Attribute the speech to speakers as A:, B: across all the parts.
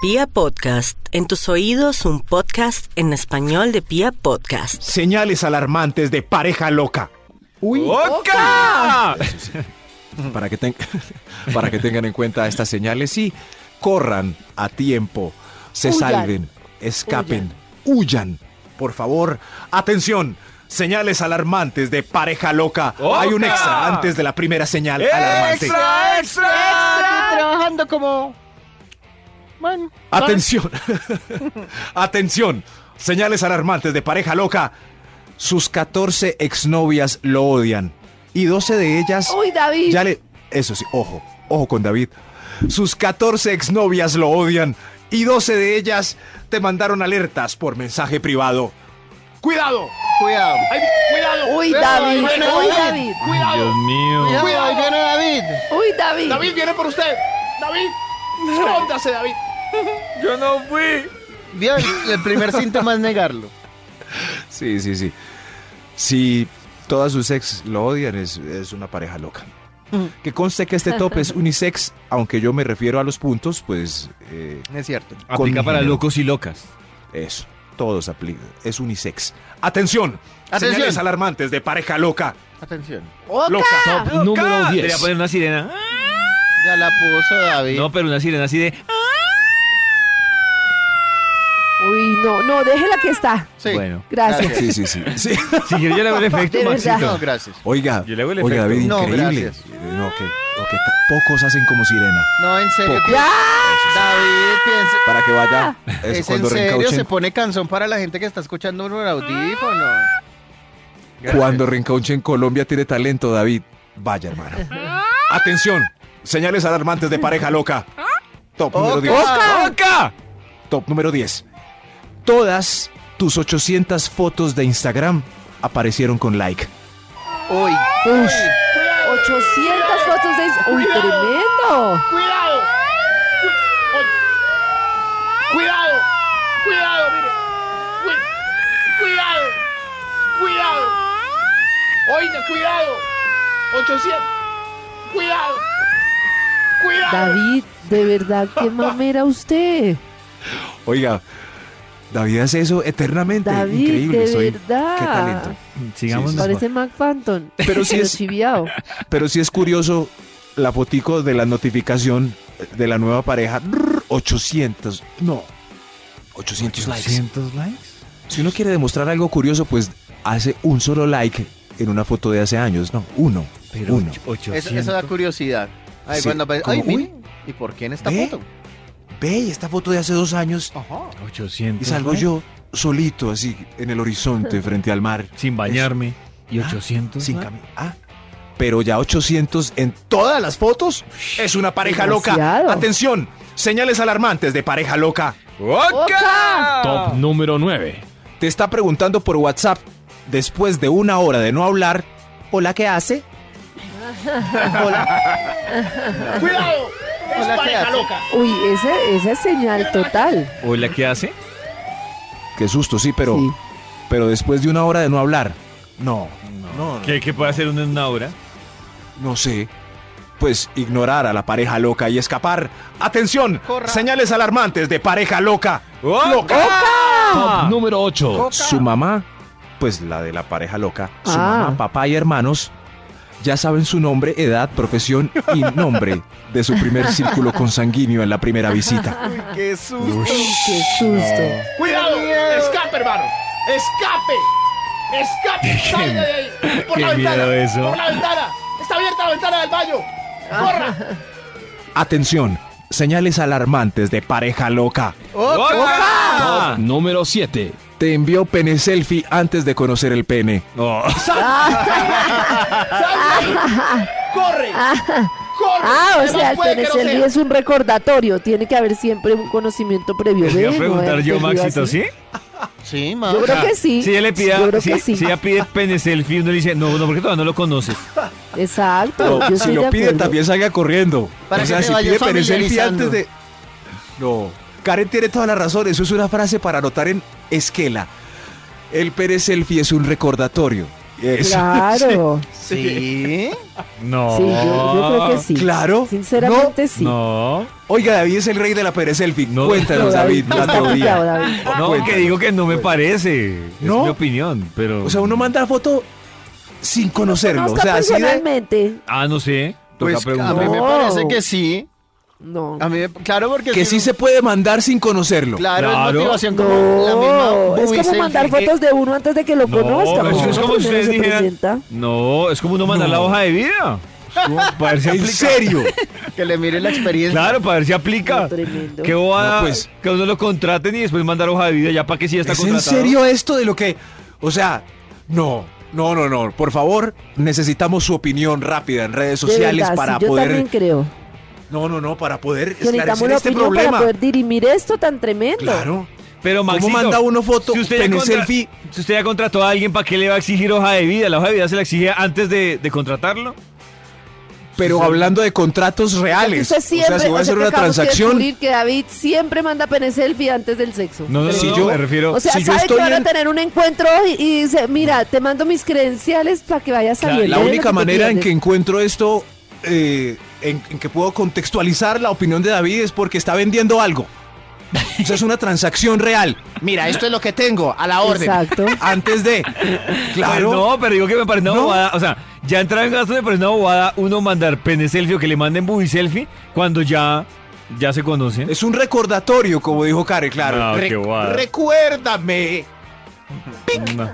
A: Pia Podcast, en tus oídos un podcast en español de Pia Podcast.
B: Señales alarmantes de pareja loca.
C: ¡Uy!
B: Para que, ten- para que tengan en cuenta estas señales y corran a tiempo, se
D: Huyan.
B: salven, escapen, huyan. Por favor, atención. Señales alarmantes de pareja loca. Hay un extra antes de la primera señal alarmante.
C: ¡Extra, extra!
D: Estoy trabajando como. Bueno.
B: Atención. Atención. Señales alarmantes de pareja loca. Sus 14 exnovias lo odian. Y 12 de ellas...
D: Uy, David.
B: Ya le... Eso sí, ojo. Ojo con David. Sus 14 exnovias lo odian. Y 12 de ellas te mandaron alertas por mensaje privado. ¡Cuidado!
C: Cuidado.
D: Uy,
C: Cuidado,
D: David.
C: ahí viene
D: Uy,
C: David.
D: David.
E: Dios mío.
C: Cuidado, ahí viene David.
D: Uy, David.
C: David viene por usted. David, escóndase, David.
E: Yo no fui.
C: Bien, el primer síntoma es negarlo.
B: Sí, sí, sí. Si todas sus ex lo odian, es, es una pareja loca.
C: Mm.
B: Que conste que este top es unisex, aunque yo me refiero a los puntos, pues eh,
C: Es cierto.
E: Aplica
B: Con
E: para
B: género.
E: locos y locas.
B: eso, todos aplican, es unisex. ¡Atención!
C: Atención.
B: Señales alarmantes de pareja loca.
C: Atención.
B: Loca.
E: Top número 10. Debería poner una sirena.
C: Ya la puso David.
E: No, pero una sirena así de.
D: Uy, no, no, déjela que está.
C: Sí.
E: Bueno.
D: Gracias.
B: Sí, sí, sí. sí.
E: Si quiero yo le hago el efecto,
D: De verdad.
E: Maxito.
C: No, gracias.
B: Oiga,
E: Yo le hago el
B: oiga David,
E: efecto.
C: No,
B: increíble.
C: gracias.
B: Eh, No, que, no, que ta- pocos hacen como sirena.
C: No, en serio.
B: Poco.
C: que- David, piensa.
B: Para que vaya.
D: Ah,
B: Es,
C: Es en
B: cuando
C: serio, se
B: reencauchen,
C: pone canción para la gente que está escuchando uno en audífono.
B: Cuando reencauchen Colombia tiene talento, David. Vaya, hermano. Atención. Señales alarmantes de pareja loca. Top número 10.
E: ¡Loca!
B: Top número 10. Todas tus 800 fotos de Instagram aparecieron con like.
C: Uy.
D: 800 fotos de. Uy, tremendo.
C: ¡Cuidado! ¡Cuidado! ¡Cuidado, mire! ¡Cuidado! ¡Cuidado! ¡Oiga, cuidado! 800. ¡Cuidado! ¡Cuidado!
D: David, de verdad, qué mamera usted.
B: Oiga, David hace eso eternamente.
D: David,
B: Increíble.
D: de
B: soy-
D: verdad.
B: Qué talento.
E: Sigamos.
B: Sí, sí,
D: Parece Mac Phantom.
B: Pero sí es-
D: chiviao.
B: Pero sí es curioso la fotico de la notificación de la nueva pareja. Brr, 800. No. 800 likes.
E: 800 likes.
B: Si uno quiere demostrar algo curioso, pues hace un solo like en una foto de hace años. No, uno.
E: Pero
B: uno.
E: 800.
C: Eso, eso da curiosidad. Ay,
B: Sí, ¿Eh?
C: cuando aparece- ay,
B: como,
C: mire, ¿Y por qué en esta
B: ¿Ve?
C: foto?
B: Ve, y esta foto de hace dos años.
C: Ajá.
E: 800.
B: Y salgo
E: likes.
B: yo solito, así, en el horizonte, frente al mar.
E: Sin bañarme. Y
B: Ah,
E: 800.
B: Sin
E: likes.
B: cami- Ah, pero ya 800 en todas las fotos. Es una pareja
D: Demasiado.
B: loca. Atención, señales alarmantes de pareja loca.
F: Top número 9.
B: Te está preguntando por WhatsApp después de una hora de no hablar. Hola, ¿qué hace?
C: ¡Cuidado! Es pareja loca.
D: Uy, esa, esa es señal total.
E: Hola, ¿qué hace?
B: Qué susto, sí, pero,
D: Sí.
B: pero después de una hora de no hablar. No,
E: ¿Qué, qué puede hacer uno en una hora?
B: no sé. Pues ignorar a la pareja loca y escapar. Atención,
C: Corra.
B: señales alarmantes de pareja loca.
F: Top número 8.
B: Su mamá, pues la de la pareja loca, su
D: Ah.
B: mamá, papá y hermanos ya saben su nombre, edad, profesión y nombre de su primer círculo consanguíneo en la primera visita.
C: ¡Qué susto!
D: Uy, qué susto.
G: ¡Cuidado!
C: miedo!
G: ¡Escape, hermano! ¡Escape! ¡Escape! ¡Salga de ahí! ¡Por
E: qué
G: la ventana!
E: miedo eso.
G: ¡Por la ventana! ¡Está abierta la ventana del baño! ¡Corra!
B: Atención, señales alarmantes de pareja loca.
D: Oh.
C: ¡Oh!
E: Ah,
F: Top número 7.
B: Te envió pene selfie antes de conocer el pene.
E: No.
G: ¡Corre! ¡Corre!
D: Ah, o
G: ¿Qué
D: sea,
G: más puede que
D: el
G: no
D: selfie
G: sea?
D: es un recordatorio. Tiene que haber siempre un conocimiento previo.
E: Les voy
D: ¿ve?
E: a
D: No
E: preguntar
D: haber
E: yo,
D: perdido
E: Maxito,
D: Pues, así.
E: ¿sí?
C: Sí,
D: Yo
C: mamá.
D: creo que sí.
E: Ah, Si ella le pida,
D: Yo creo
E: si,
D: que sí.
E: si ella pide pene selfie, uno le dice, no, no, porque todavía no lo conoces.
D: Exacto.
B: No,
D: Ah, yo
B: si
D: estoy
B: lo
D: de
B: pide
D: acuerdo.
B: también salga corriendo.
C: Para
B: o
C: que
B: sea,
C: te
B: si
C: vayas
B: pide pene selfie
C: familiarizando.
B: antes de... No, Karen tiene toda la razón, eso es una frase para anotar en esquela. El pene selfie es un recordatorio Eso.
D: Claro.
G: Sí.
E: No.
D: Sí, yo, yo creo que sí.
B: Claro.
D: Sinceramente sí.
E: No.
B: Oiga, David es el rey de la pereselfie.
E: No.
B: Cuéntanos, David, la
D: está pillado,
B: teoría.
D: David.
E: No, que digo que no me parece.
B: Ah, ¿No?
E: Es mi opinión, pero.
B: O sea, uno manda foto sin conocerlo.
D: Conozca
B: o sea, así de...
D: personalmente.
E: Ah, no sé. Toca
B: Pues,
E: preguntar.
G: A mí me
D: No.
G: parece que sí.
D: No.
G: A mí, me- claro, porque
B: Que
G: si
B: sí
G: no-
B: se puede mandar sin conocerlo.
G: Claro, es
E: Claro.
G: motivación como la
D: No,
G: misma.
D: es
G: booby
D: como
G: selfie
D: mandar
G: que-
D: fotos de uno antes de que lo conozca.
E: No,
D: porque
E: eso es
D: uno
E: como
D: primero
E: ustedes
D: se
E: dijeran.
D: presenta.
E: No, es como uno mandar la hoja de vida. Es como para ver si
B: ¿En
E: aplica.
B: serio?
G: Que le mire la experiencia.
E: Claro, para ver si aplica.
D: No, tremendo.
E: Que bobada,
B: No, pues.
E: que a uno lo contraten y después mandar hoja de vida ya para que si ya está
B: ¿Es en
E: contratado.
B: serio esto de lo que.? O sea, no, no, no, no. Por favor, necesitamos su opinión rápida en redes
D: De
B: sociales
D: verdad,
B: para
D: sí, yo
B: poder.
D: también creo.
B: No, no, no, para poder
D: Que necesitamos
B: esclarecer
D: la
B: este
D: opinión
B: problema.
D: para poder dirimir esto tan tremendo.
B: Claro.
E: Pero
B: ¿Cómo
E: Maxito,
B: manda uno foto
E: si usted, ya
B: pene
E: contra-
B: selfie?
E: si usted ya contrató a alguien, ¿para qué le va a exigir hoja de vida? La hoja de vida se la exige antes de, de contratarlo.
B: Pero hablando de contratos reales.
D: Usted siempre,
B: Pues, o sea, si voy a hacer una
D: acabamos de
B: transacción.
D: descubrir que David siempre manda pene selfie antes del sexo.
B: no,
E: si
B: no,
E: yo
B: no.
E: me pues, refiero.
D: O sea,
B: si yo
D: sabe que
B: estoy
D: van a
B: en-
D: tener un encuentro hoy y dice, mira, te mando mis credenciales para que vayas
E: Claro,
B: La
D: saliendo. Eres ¿eh? lo
B: única
D: tú
B: manera en que
D: tienes.
B: encuentro esto, eh, en, en que puedo contextualizar la opinión de David es porque está vendiendo algo. O sea, es una transacción real.
G: Mira, esto es lo que tengo, a la orden.
D: Exacto.
B: Antes de. Claro.
E: Pues no, pero digo que me parece una
B: No.
E: bobada. O sea, ya entrar en gasto me parece una bobada uno mandar pene selfie o que le manden booby selfie cuando ya, ya se conocen.
B: Es un recordatorio, como dijo Karen, claro.
E: No, qué guada.
B: recuérdame.
E: No.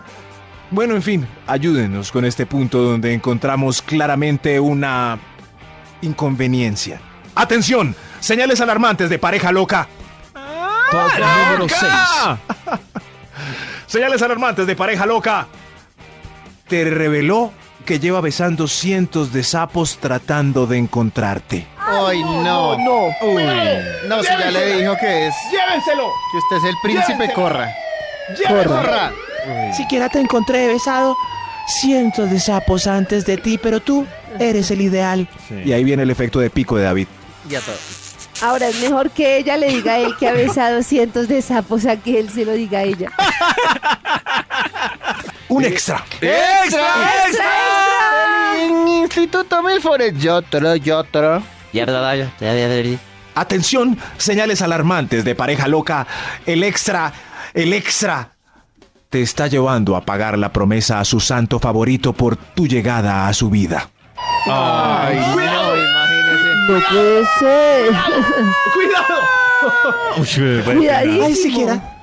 B: Bueno, en fin, ayúdenos con este punto donde encontramos claramente una inconveniencia. Atención, señales alarmantes de pareja loca.
F: Top número 6.
E: ¡Ah!
B: Señales alarmantes de pareja loca. Te reveló que lleva besando cientos de sapos tratando de encontrarte.
G: Ay, no.
D: No.
G: Uy. No, si ya le
C: Llévensela.
G: dijo que es.
C: ¡Llévenselo!
G: Que usted es el príncipe,
C: Llévensela.
G: corra.
C: ¡Llévenselo!
G: Corra.
H: Siquiera te encontré besado cientos de sapos antes de ti, pero tú eres el ideal.
B: Y ahí viene el efecto de pico de David.
G: Ya todo.
D: Ahora es mejor que ella le diga a él que ha besado cientos de sapos a que él se lo diga a ella.
B: Un extra.
G: ¡Extra! ¡Extra! En mi Instituto Milford. Yo tro, yo tro.
B: Atención, señales alarmantes de pareja loca. El extra, el extra. Te está llevando a pagar la promesa a su santo favorito por tu llegada a su vida.
G: Ay, no, imagínese.
D: No puede ser.
E: Uy, me
B: pues,
E: parece-
D: Cuidadísimo.
H: Ay, siquiera.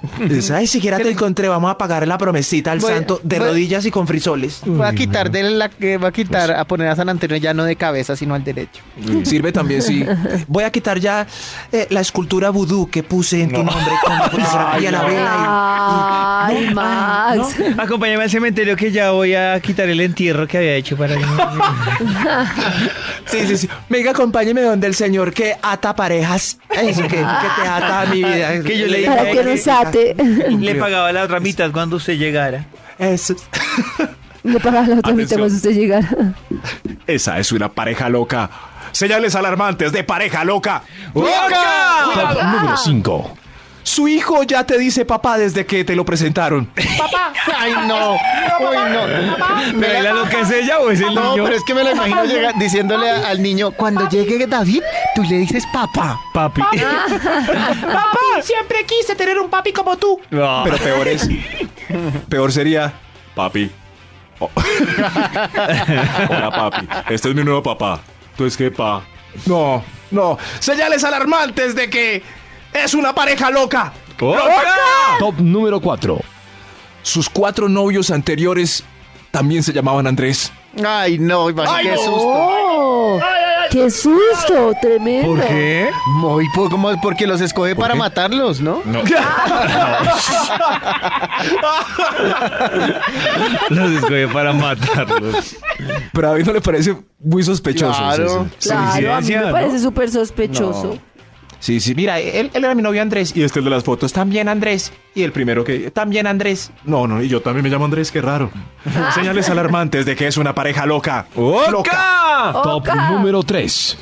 H: Ay, siquiera te encontré. Vamos a pagar la promesita al
G: Voy-
H: santo de
G: voy-
H: rodillas y con frisoles.
G: Va a quitar de la que va a quitar
D: Pues.
G: a poner a San Antonio ya no de cabeza, sino al derecho.
B: Sirve también si
H: Voy a quitar ya eh, la escultura vudú que puse en tu nombre con la fotografía, la vela.
D: Ay, Max.
E: Acompáñame al cementerio que ya voy a quitar el entierro que había hecho para mí.
H: y- Sí, sí, sí. Venga, acompáñeme donde el señor que ata parejas. Eso, que, que te ata a mi vida.
E: Que yo le dije
D: Para que nos ate.
E: Le pagaba las ramitas cuando usted llegara.
H: Eso.
D: Le pagas la otra mitad
B: Atención.
D: cuando usted llegara.
B: esa es una pareja loca. Señales alarmantes de pareja loca.
F: Top número 5.
B: Su hijo ya te dice papá desde que te lo presentaron.
G: ¡Papá! ¡Ay, no! ¡Uy, no!
E: ¿Pero la loca es ella o es el
G: No,
E: niño?
G: pero es que me lo imagino llega- diciéndole a- al niño, cuando llegue David, tú le dices papá.
E: Papi.
H: Papá, siempre quise tener un papi como tú.
E: No.
B: Pero peor es. Peor sería. Papi. Oh. Hola, papi. Este es mi nuevo papá. Tú es que pa. No, no. Señales alarmantes de que es una pareja loca.
F: Top número 4.
B: Sus cuatro novios anteriores también se llamaban Andrés.
G: ¡Ay, no! Imagínate, ¡Qué susto!
D: Oh, ¡Qué susto! Tremendo.
E: ¿Por qué?
G: Muy poco más porque los escoge para matarlos, ¿no?
E: Los escogió para matarlos.
B: Pero a David no le parece muy sospechoso.
G: Claro.
B: Sí, sí.
D: Claro, a mí
E: Coincidencia,
D: me
E: ¿no?
D: parece súper sospechoso.
B: Sí, sí, mira, él, él era mi novio Andrés. Y este es de las fotos, también Andrés. Y el primero que, también Andrés. No, no, y yo también me llamo Andrés, qué raro. Señales alarmantes de que es una pareja loca. ¡Loca!
E: ¡Oca!
D: Oh,
F: Top
D: Oca.
F: número 3.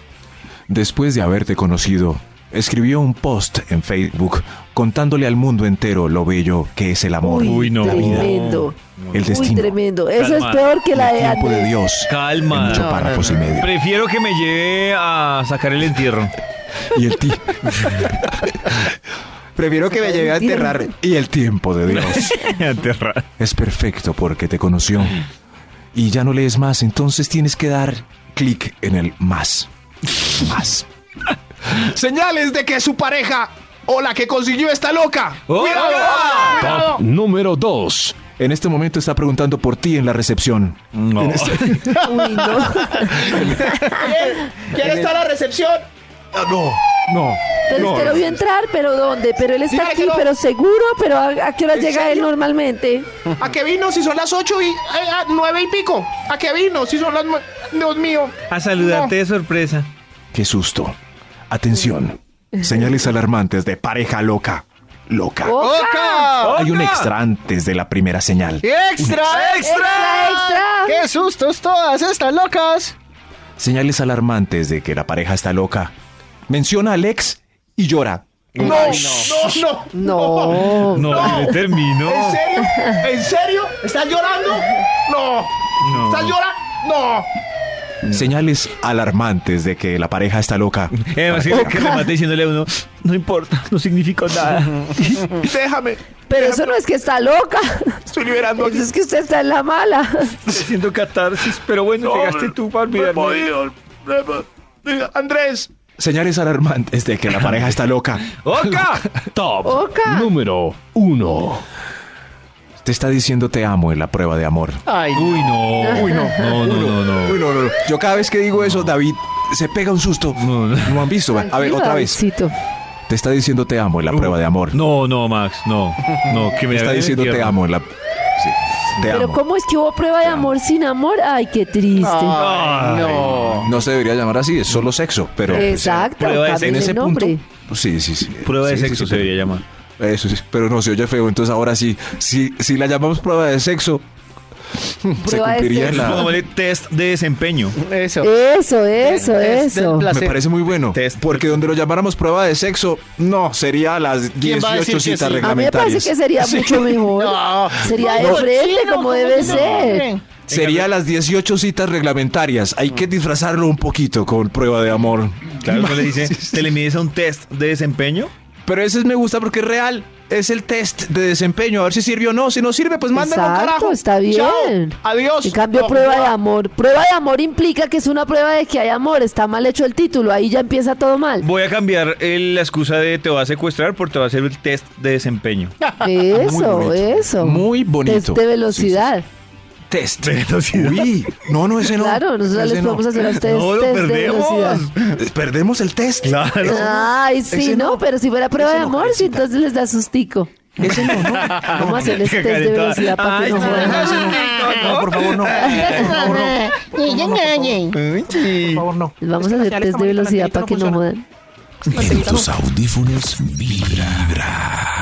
B: Después de haberte conocido, escribió un post en Facebook contándole al mundo entero lo bello que es el amor,
E: Uy, no.
B: la vida,
D: Tremendo.
B: el
D: Uy,
B: destino,
D: tremendo. Eso
E: Calma.
D: es peor que la
B: el
D: de
B: tiempo de
D: antes.
B: Dios, en
E: Calma.
B: ocho
G: No,
B: párrafos
G: no,
B: y medio.
E: Prefiero que me lleve a sacar el entierro.
B: Y el ti- Prefiero que me lleve a enterrar y el tiempo de Dios.
E: Enterrar.
B: es perfecto porque te conoció y ya no lees más, entonces tienes que dar clic en el más. Más.
C: Señales de que su pareja o la que consiguió está loca.
E: ¡Oh!
C: ¡Cuidado!
F: Top
C: ¡Cuidado!
F: número 2.
B: En este momento está preguntando por ti en la recepción.
E: No.
D: Uy, no.
C: Eh, ¿Quién está en la recepción?
B: no, no.
D: Pero usted lo vio entrar, pero ¿dónde? Pero él está
C: Dígale que
D: aquí,
C: no.
D: pero seguro, pero ¿a, a qué hora
C: ¿En
D: llega él
C: serio?
D: normalmente?
C: ¿A qué vino si son las ocho y eh, ah, nueve y pico? ¿A qué vino si son las nueve? Dios mío.
E: A saludarte de sorpresa.
B: Qué susto. Atención. Señales alarmantes de pareja loca. Loca.
E: Oh,
G: ¡Oca!
B: Hay un extra antes de la primera señal.
G: ¡Extra,
D: ¡Extra, extra!
G: ¡Qué sustos todas están locas!
B: Señales alarmantes de que la pareja está loca. Menciona al ex y llora.
C: No, no, no.
E: No,
D: No.
C: No.
E: me terminó.
C: ¿En serio? ¿En serio? ¿Estás llorando? No.
E: No.
C: ¿Estás llorando? No.
B: Señales alarmantes de que la pareja está loca.
E: Eh, así que remate diciéndole a uno, no importa, no significó nada.
C: Déjame.
D: Pero eso no es que está loca.
C: Estoy liberando aquí.
D: Eso es que usted está en la mala.
E: Siento catarsis, pero bueno, llegaste tú para olvidarme.
C: Andrés.
B: Señales alarmantes de que la pareja está loca.
E: ¡Oca!
F: Top
D: Oca.
F: número 1.
B: Te está diciendo te amo en la prueba de amor.
G: ¡Ay,
E: Uy, no. Uy, no. No, no, no, no.
B: Uy, no, no, no. Yo cada vez que digo eso, David se pega un susto.
E: No, no.
B: No han visto. A ver,
D: Tranquilo,
B: otra vez.
D: Davidcito.
B: Te está diciendo te amo en la prueba de amor.
E: No, no, Max, no. No, que me
B: Te está
E: hagan
B: diciendo te
E: entierro.
B: amo en la. Sí, te
D: Pero
B: amo.
D: ¿cómo es que hubo prueba de amor sin amor? Ay, qué triste.
G: Ah. ay, no!
B: No se debería llamar así, es solo sexo, pero. pues,
D: Exacto,
E: prueba de
D: cambien
E: sexo.
D: el
E: En ese
D: nombre.
B: pues, sí, sí, sí.
E: Prueba de
B: Sí, sí,
E: sexo
B: sí,
E: se
B: pero-
E: debería llamar.
B: Eso sí, pero no se oye feo. Entonces ahora sí, si, si la llamamos prueba de sexo, se
D: Prueba de
B: cumpliría
D: sexo.
B: la-
E: Pongámosle test de desempeño.
G: Eso.
D: Eso, eso,
G: Es del
D: eso.
G: placer.
B: Me parece muy bueno.
E: Test.
B: Porque donde lo llamáramos prueba de sexo, no, sería a las
G: ¿Quién va a
B: 18
G: decir que
B: citas
G: sí? A mí me
D: A mí me parece
B: reglamentarias.
D: que sería mucho mejor.
G: No.
D: Sería
G: No,
D: de frente,
G: cochino,
D: como debe
G: que no?
D: ser.
B: Sería a las 18 citas reglamentarias. Hay que disfrazarlo un poquito con prueba de amor.
E: Claro, uno le dice, ¿te le mides a un test de desempeño?
B: Pero ese me gusta porque es real. Es el test de desempeño. A ver si sirve o no. Si no sirve, pues mándalo un
D: Exacto,
B: carajo.
D: está bien.
C: Chao. Adiós.
D: En cambio,
C: No,
D: prueba
C: no.
D: de amor. Prueba de amor implica que es una prueba de que hay amor. Está mal hecho el título. Ahí ya empieza todo mal.
E: Voy a cambiar el- la excusa de te va a secuestrar por te va a hacer el test de desempeño.
B: Muy
D: Eso,
B: bonito,
D: eso.
B: Muy bonito.
D: Test de velocidad.
B: Test. Uy, no, no, ese no.
D: Claro, nosotros
B: Ese
D: les
B: no.
D: podemos hacer a ustedes
E: no, lo
D: test de velocidad.
E: perdemos.
B: Eh, Perdemos el test.
E: Claro.
D: Ay, sí,
B: Ese
D: no,
B: no.
D: pero si fuera prueba
B: Ese
D: de
B: no,
D: amor, sí,
B: Karencita.
D: entonces les da sustico.
B: Ese no, no.
D: Vamos a hacerles
E: qué
D: test de
E: calentada.
D: velocidad para que
E: Ay,
D: no
E: no,
D: jodan.
E: no, eso
B: No, por favor, no. Por favor, no. Por favor, no.
D: Les vamos a hacer test de velocidad para que no jodan.
I: En tus audífonos vibra.